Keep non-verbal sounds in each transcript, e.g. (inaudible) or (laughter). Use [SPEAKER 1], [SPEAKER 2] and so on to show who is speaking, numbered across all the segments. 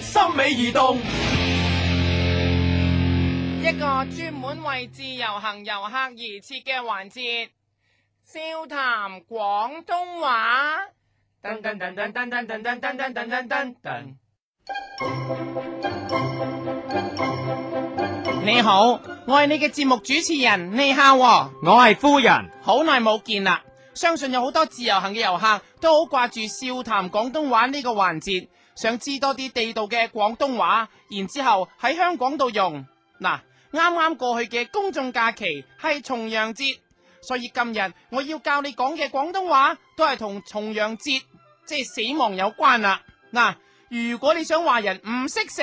[SPEAKER 1] 森美移動。
[SPEAKER 2] 一個專門為自由行遊客而設嘅環節，笑談廣東話。噔噔噔噔噔噔噔噔噔噔噔噔噔。你好，我係你嘅節目主持人，你好喎，
[SPEAKER 1] 我係夫人，
[SPEAKER 2] 好耐冇見啦。相信有好多自由行嘅遊客都好掛住笑談廣東話呢個環節，想知多啲地道嘅廣東話，然之後喺香港度用。嗱，啱啱過去嘅公眾假期係重陽節，所以今日我要教你講嘅廣東話都係同重陽節，即係死亡有關啦。嗱，如果你想話人唔識死，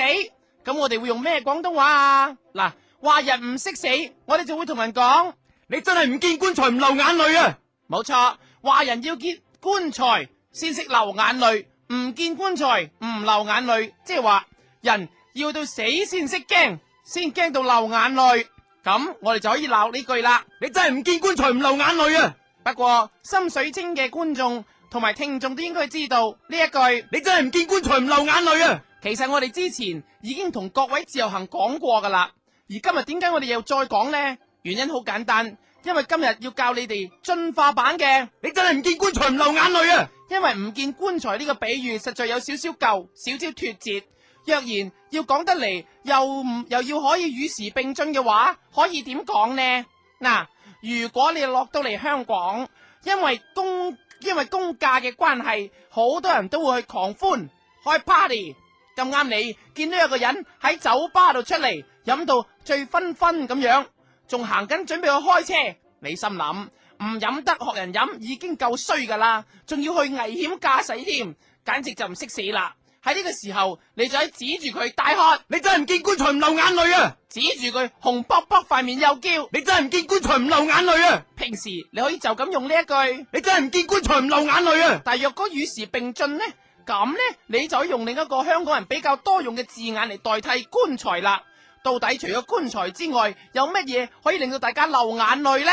[SPEAKER 2] 咁我哋會用咩廣東話啊？嗱，話人唔識死，我哋就會同人講。
[SPEAKER 1] 你真係唔見棺材唔流眼淚啊！
[SPEAKER 2] 冇錯，話人要見棺材先識流眼淚，唔見棺材唔流眼淚，即係話人要到死先識驚，先驚到流眼淚，咁我哋就可以鬧呢句啦。
[SPEAKER 1] 你真係唔見棺材唔流眼淚啊！
[SPEAKER 2] 不過心水清嘅觀眾同埋聽眾都應該知道呢一句。
[SPEAKER 1] 你真係唔見棺材唔流眼淚啊！
[SPEAKER 2] 其實我哋之前已經同各位自由行講過噶啦，而今日點解我哋又再講呢？原因好簡單，因為今日要教你哋進化版嘅。
[SPEAKER 1] 你真係唔見棺材唔流眼淚啊！
[SPEAKER 2] 因為唔見棺材呢個比喻實在有少少舊，少少脱節。若然要講得嚟，又唔又要可以與時並進嘅話，可以點講呢？嗱，如果你落到嚟香港，因為公因為公價嘅關係，好多人都會去狂歡開 party。咁啱你見到有個人喺酒吧度出嚟，飲到醉醺醺咁樣，仲行緊準備去開車，你心諗唔飲得學人飲已經夠衰噶啦，仲要去危險駕駛添，簡直就唔識死啦！喺呢個時候，你就喺指住佢大喝，
[SPEAKER 1] 你真係唔見棺材唔流眼淚啊！
[SPEAKER 2] 指住佢紅卜卜塊面又叫。
[SPEAKER 1] 你真係唔見棺材唔流眼淚啊！
[SPEAKER 2] 平時你可以就咁用呢一句，
[SPEAKER 1] 你真係唔見棺材唔流眼淚啊！
[SPEAKER 2] 但若果與時並進呢，咁呢，你就可以用另一個香港人比較多用嘅字眼嚟代替棺材啦。到底除咗棺材之外，有乜嘢可以令到大家流眼淚呢？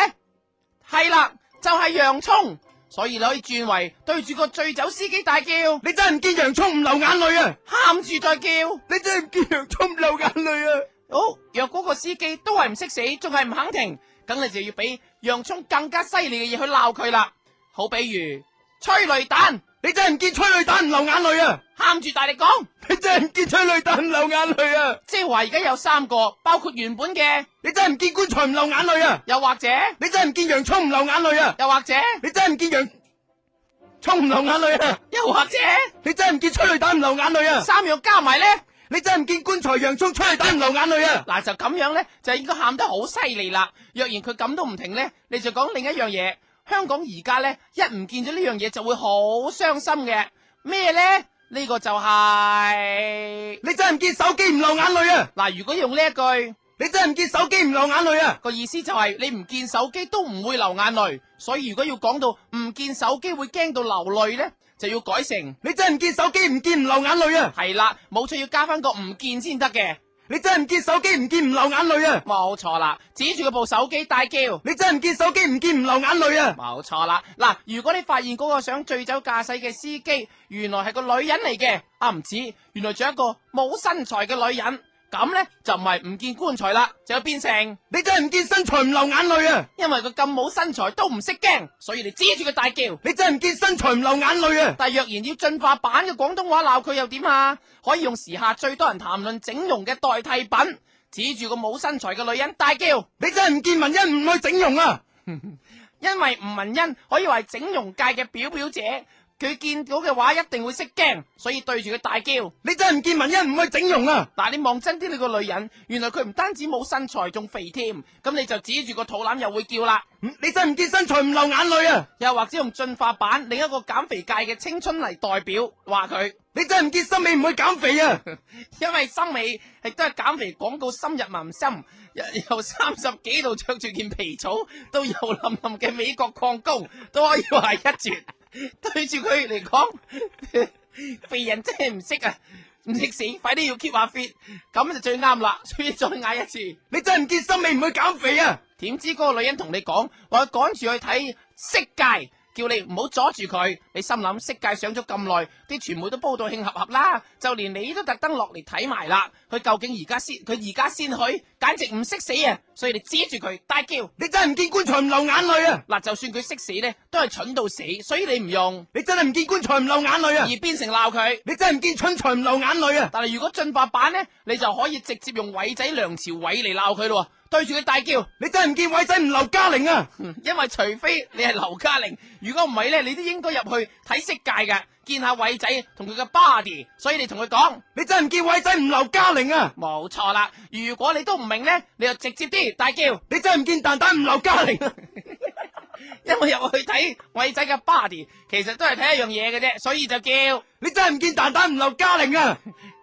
[SPEAKER 2] 係啦，就係洋葱，所以你可以轉為對住個醉酒司機大叫，
[SPEAKER 1] 你真係唔見洋葱唔流眼淚啊！
[SPEAKER 2] 喊住再叫。
[SPEAKER 1] 你真係唔見洋葱唔流眼淚啊！
[SPEAKER 2] 好，若嗰個司機都係唔識死，仲係唔肯停，咁你就要俾洋葱更加犀利嘅嘢去鬧佢啦。好，比如催淚彈，
[SPEAKER 1] 你真係唔見催淚彈唔流眼淚啊！
[SPEAKER 2] 喊住大力講，
[SPEAKER 1] 你真係唔見催淚彈唔流眼淚啊！
[SPEAKER 2] 即係話而家有三個，包括原本嘅，
[SPEAKER 1] 你真係唔見棺材唔流眼淚啊！
[SPEAKER 2] 又或者，
[SPEAKER 1] 你真係唔見洋葱唔流眼淚啊！
[SPEAKER 2] 又或者，
[SPEAKER 1] 你真係唔見洋葱唔流眼淚啊！
[SPEAKER 2] 又或者，
[SPEAKER 1] 你真係唔見催淚彈唔流眼淚啊！
[SPEAKER 2] 三樣加埋呢，
[SPEAKER 1] 你真係唔見棺材洋葱催淚彈唔流眼淚啊！
[SPEAKER 2] (laughs) 嗱就咁樣呢，就應該喊得好犀利啦。若然佢咁都唔停呢，你就講另一樣嘢。香港而家呢，一唔見咗呢樣嘢就會好傷心嘅。咩呢？呢個就係。
[SPEAKER 1] 你真係唔見手機唔流眼淚啊！
[SPEAKER 2] 嗱，如果用呢一句，
[SPEAKER 1] 你真係唔見手機唔流眼淚啊！
[SPEAKER 2] 個意思就係你唔見手機都唔會流眼淚，所以如果要講到唔見手機會驚到流淚呢，就要改成
[SPEAKER 1] 你真係唔見手機唔見唔流眼淚啊！
[SPEAKER 2] 係啦，冇錯要加翻個唔見先得嘅，
[SPEAKER 1] 你真係唔見手機唔見唔流眼淚啊！
[SPEAKER 2] 冇錯啦，指住佢部手機大叫。
[SPEAKER 1] 你真係唔見手機唔見唔流眼淚啊！
[SPEAKER 2] 冇錯啦，嗱，如果你發現嗰個想醉酒駕駛嘅司機，原來係個女人嚟嘅，啊唔止，原來仲有一個冇身材嘅女人，咁呢，就唔係唔見棺材啦，就要變成，
[SPEAKER 1] 你真係唔見身材唔流眼淚啊！
[SPEAKER 2] 因為佢咁冇身材都唔識驚，所以你指住佢大叫。
[SPEAKER 1] 你真係唔見身材唔流眼淚啊！
[SPEAKER 2] 但若然要進化版嘅廣東話鬧佢又點啊？可以用時下最多人談論整容嘅代替品，指住個冇身材嘅女人大叫，
[SPEAKER 1] 你真係唔見文欣唔去整容啊！
[SPEAKER 2] 因為吳文欣可以話係整容界嘅表表姐，佢見到嘅話一定會識驚，所以對住佢大叫。
[SPEAKER 1] 你真係唔見文欣唔去整容啊！
[SPEAKER 2] 嗱，你望真啲你個女人，原來佢唔單止冇身材，仲肥添，咁你就指住個肚腩又會叫啦。
[SPEAKER 1] 嗯你真係唔見身材唔流眼淚啊！
[SPEAKER 2] 又或者用進化版另一個減肥界嘅青春嚟代表話佢，
[SPEAKER 1] 你真係唔見森美唔去減肥啊！
[SPEAKER 2] 因為森美亦都係減肥廣告深入民心，由由三十幾度着住件皮草，到油淋淋嘅美國礦工，都可以話係一 (laughs) 絕。對住佢嚟講，肥人真係唔識啊，唔識死，快啲要 keep 下 fit，咁就最啱啦。所以再嗌一次。
[SPEAKER 1] 你真係唔見森美唔去減肥啊！
[SPEAKER 2] 點知嗰個女人同你講，話趕住去睇色戒，叫你唔好阻住佢。你心諗色戒上咗咁耐，啲傳媒都煲到興合合啦，就連你都特登落嚟睇埋啦。佢究竟而家先，佢而家先去，簡直唔識死啊！所以你指住佢大叫。
[SPEAKER 1] 你真係唔見棺材唔流眼淚啊！
[SPEAKER 2] 嗱，就算佢識死咧，都係蠢到死，所以你唔用，
[SPEAKER 1] 你真係唔見棺材唔流眼淚啊
[SPEAKER 2] 而！變成鬧佢。
[SPEAKER 1] 你真係唔見蠢材唔流眼淚啊！
[SPEAKER 2] 但係如果進化版咧，你就可以直接用偉仔梁朝偉嚟鬧佢咯，對住佢大叫。
[SPEAKER 1] 你真係唔見偉仔唔留嘉玲啊！
[SPEAKER 2] 嗯因為除非你係劉嘉玲，如果唔係咧，你都應該入去睇色戒嘅，見下偉仔同佢嘅 body。所以你同佢講，
[SPEAKER 1] 你真係唔見偉仔唔留嘉玲啊！
[SPEAKER 2] 冇錯啦。如果你都唔明咧，你就直接啲大叫。
[SPEAKER 1] 你真係唔見蛋蛋唔留嘉玲啊！
[SPEAKER 2] (laughs) 因為入去睇偉仔嘅 body，其實都係睇一樣嘢嘅啫，所以就叫。
[SPEAKER 1] 你真係唔見蛋蛋唔留嘉玲啊！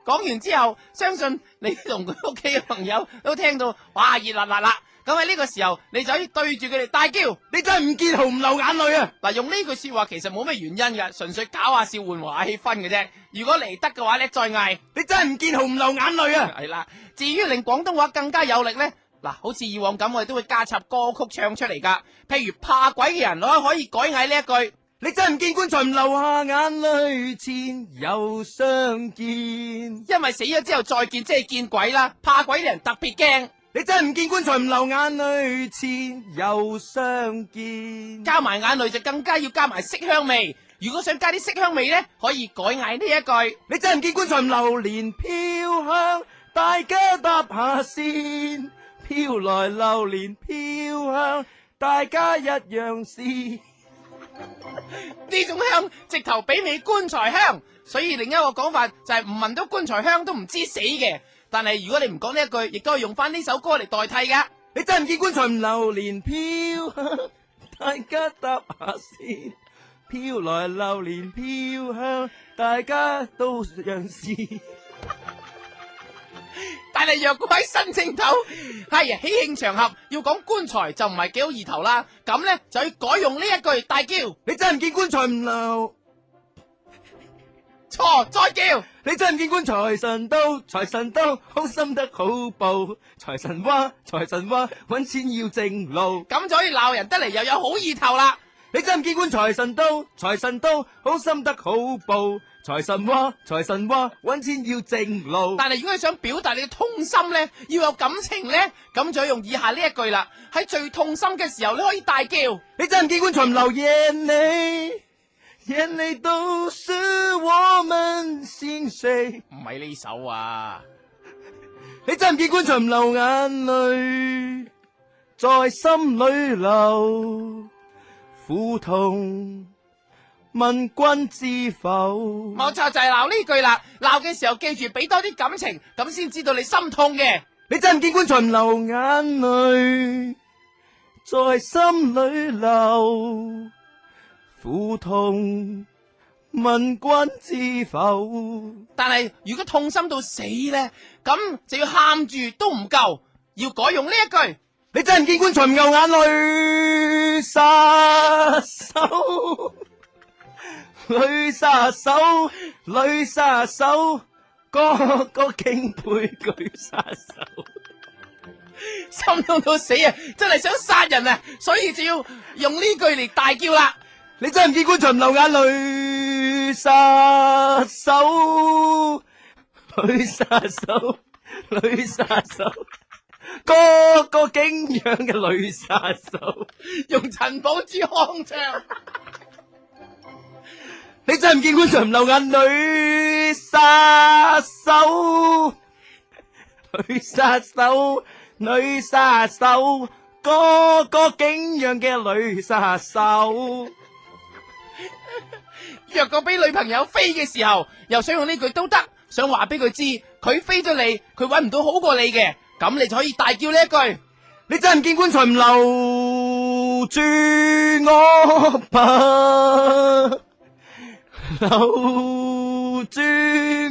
[SPEAKER 2] 講完之後，相信你同佢屋企嘅朋友都聽到，哇熱辣辣啦！咁喺呢個時候，你就可以對住佢哋大叫。
[SPEAKER 1] 你真係唔見豪唔流眼淚啊！
[SPEAKER 2] 嗱，用呢句說話其實冇咩原因嘅，純粹搞下笑緩和下氣氛嘅啫。如果嚟得嘅話咧，再嗌
[SPEAKER 1] 你真係唔見豪唔流眼淚啊！
[SPEAKER 2] 係啦。至於令廣東話更加有力咧，嗱，好似以往咁，我哋都會加插歌曲唱出嚟噶。譬如怕鬼嘅人，我可以改嗌呢一句。
[SPEAKER 1] 你真係唔見棺材唔流下眼淚，前又相見。
[SPEAKER 2] 因為死咗之後再見，即係見鬼啦！怕鬼嘅人特別驚，
[SPEAKER 1] 你真係唔見棺材唔流眼淚，前又相見。
[SPEAKER 2] 加埋眼淚就更加要加埋色香味。如果想加啲色香味咧，可以改嗌呢一句。
[SPEAKER 1] 你真係唔見棺材唔流連飄香，大家搭下線，飄來流連飄香，大家一樣是。
[SPEAKER 2] 呢種香直頭媲美棺材香，所以另一個講法就係唔聞到棺材香都唔知死嘅。但係如果你唔講呢一句，亦都係用翻呢首歌嚟代替噶。
[SPEAKER 1] 你真係唔見棺材唔流連飄香，大家搭下線，飄來流連飄香，大家都樣是。
[SPEAKER 2] 但係若果喺新正頭，係喜慶場合要講棺材就唔係幾好意頭啦。咁呢，就要改用呢一句大叫，
[SPEAKER 1] 你真係唔見棺材唔流，
[SPEAKER 2] 錯再叫。
[SPEAKER 1] 你真係唔見棺材神到，財神到，好心得好報，財神話，財神話，揾錢要正路。
[SPEAKER 2] 咁就可以鬧人得嚟又有好意頭啦。
[SPEAKER 1] 你真係唔見棺財神到，財神到，好心得好報，財神話，財神話，揾錢要正路。
[SPEAKER 2] 但係如果你想表達你嘅痛心呢，要有感情呢，咁就要用以下呢一句啦。喺最痛心嘅時候，你可以大叫。
[SPEAKER 1] 你真係唔見棺材唔流眼淚，眼淚都是我們心碎。
[SPEAKER 2] 唔係呢首啊。
[SPEAKER 1] 你真係唔見棺材唔流眼淚，在心裏流苦痛。問君知否？
[SPEAKER 2] 冇錯，就係鬧呢句啦。鬧嘅時候記住俾多啲感情，咁先知道你心痛嘅。
[SPEAKER 1] 你真係唔見棺材唔流眼淚，在心裏流苦痛。問君知否？
[SPEAKER 2] 但係如果痛心到死呢，咁就要喊住都唔夠，要改用呢一句。 (laughs)
[SPEAKER 1] 你真係唔見棺材唔流眼淚，殺手，女殺手，女殺手，個個敬佩佢殺手。
[SPEAKER 2] 心痛到死啊，真係想殺人啊！所以就要用呢句嚟大叫啦。 (laughs)
[SPEAKER 1] 你真係唔見棺材唔流眼淚，殺手，女殺手，女殺手，個個敬仰嘅女殺手。
[SPEAKER 2] 用陳寶珠腔唱， (laughs)
[SPEAKER 1] 你真係唔見棺材唔流眼淚，殺手，女殺手，女殺手，個個景仰嘅女殺手。
[SPEAKER 2] 若果俾女朋友飛嘅時候，又想用呢句都得，想話俾佢知佢飛咗你，佢揾唔到好過你嘅，咁你就可以大叫呢一句。
[SPEAKER 1] 你真係唔見棺材唔留住我吧，留住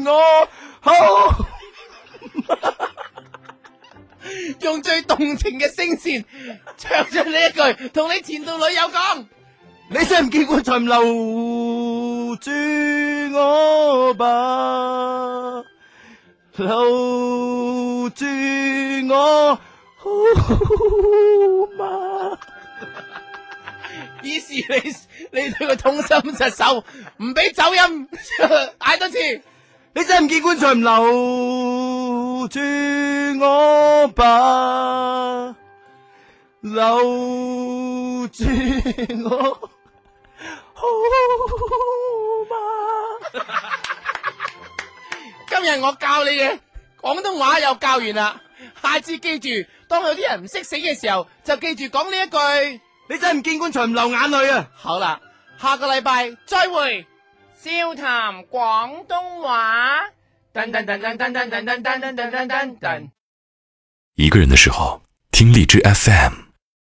[SPEAKER 1] 我好。
[SPEAKER 2] 用最動情嘅聲線 (laughs) 唱出呢一句，同你前度女友講，
[SPEAKER 1] 你真係唔見棺材唔留住我吧，留住我好嗎？
[SPEAKER 2] 以是你你對佢痛心疾首，唔俾走音， (laughs) 嗌多次。
[SPEAKER 1] 你真係唔見棺材唔留住我吧，留住我好嗎？
[SPEAKER 2] 今日我教你嘅廣東話又教完啦，下次記住，當有啲人唔識死嘅時候，就記住講呢一句。
[SPEAKER 1] 你真係唔見棺材唔流眼淚啊！
[SPEAKER 2] 好啦，下個禮拜再會，笑談廣東話。噔噔噔噔噔噔噔噔噔噔噔噔噔。
[SPEAKER 3] 一个人的时候，听荔枝 FM。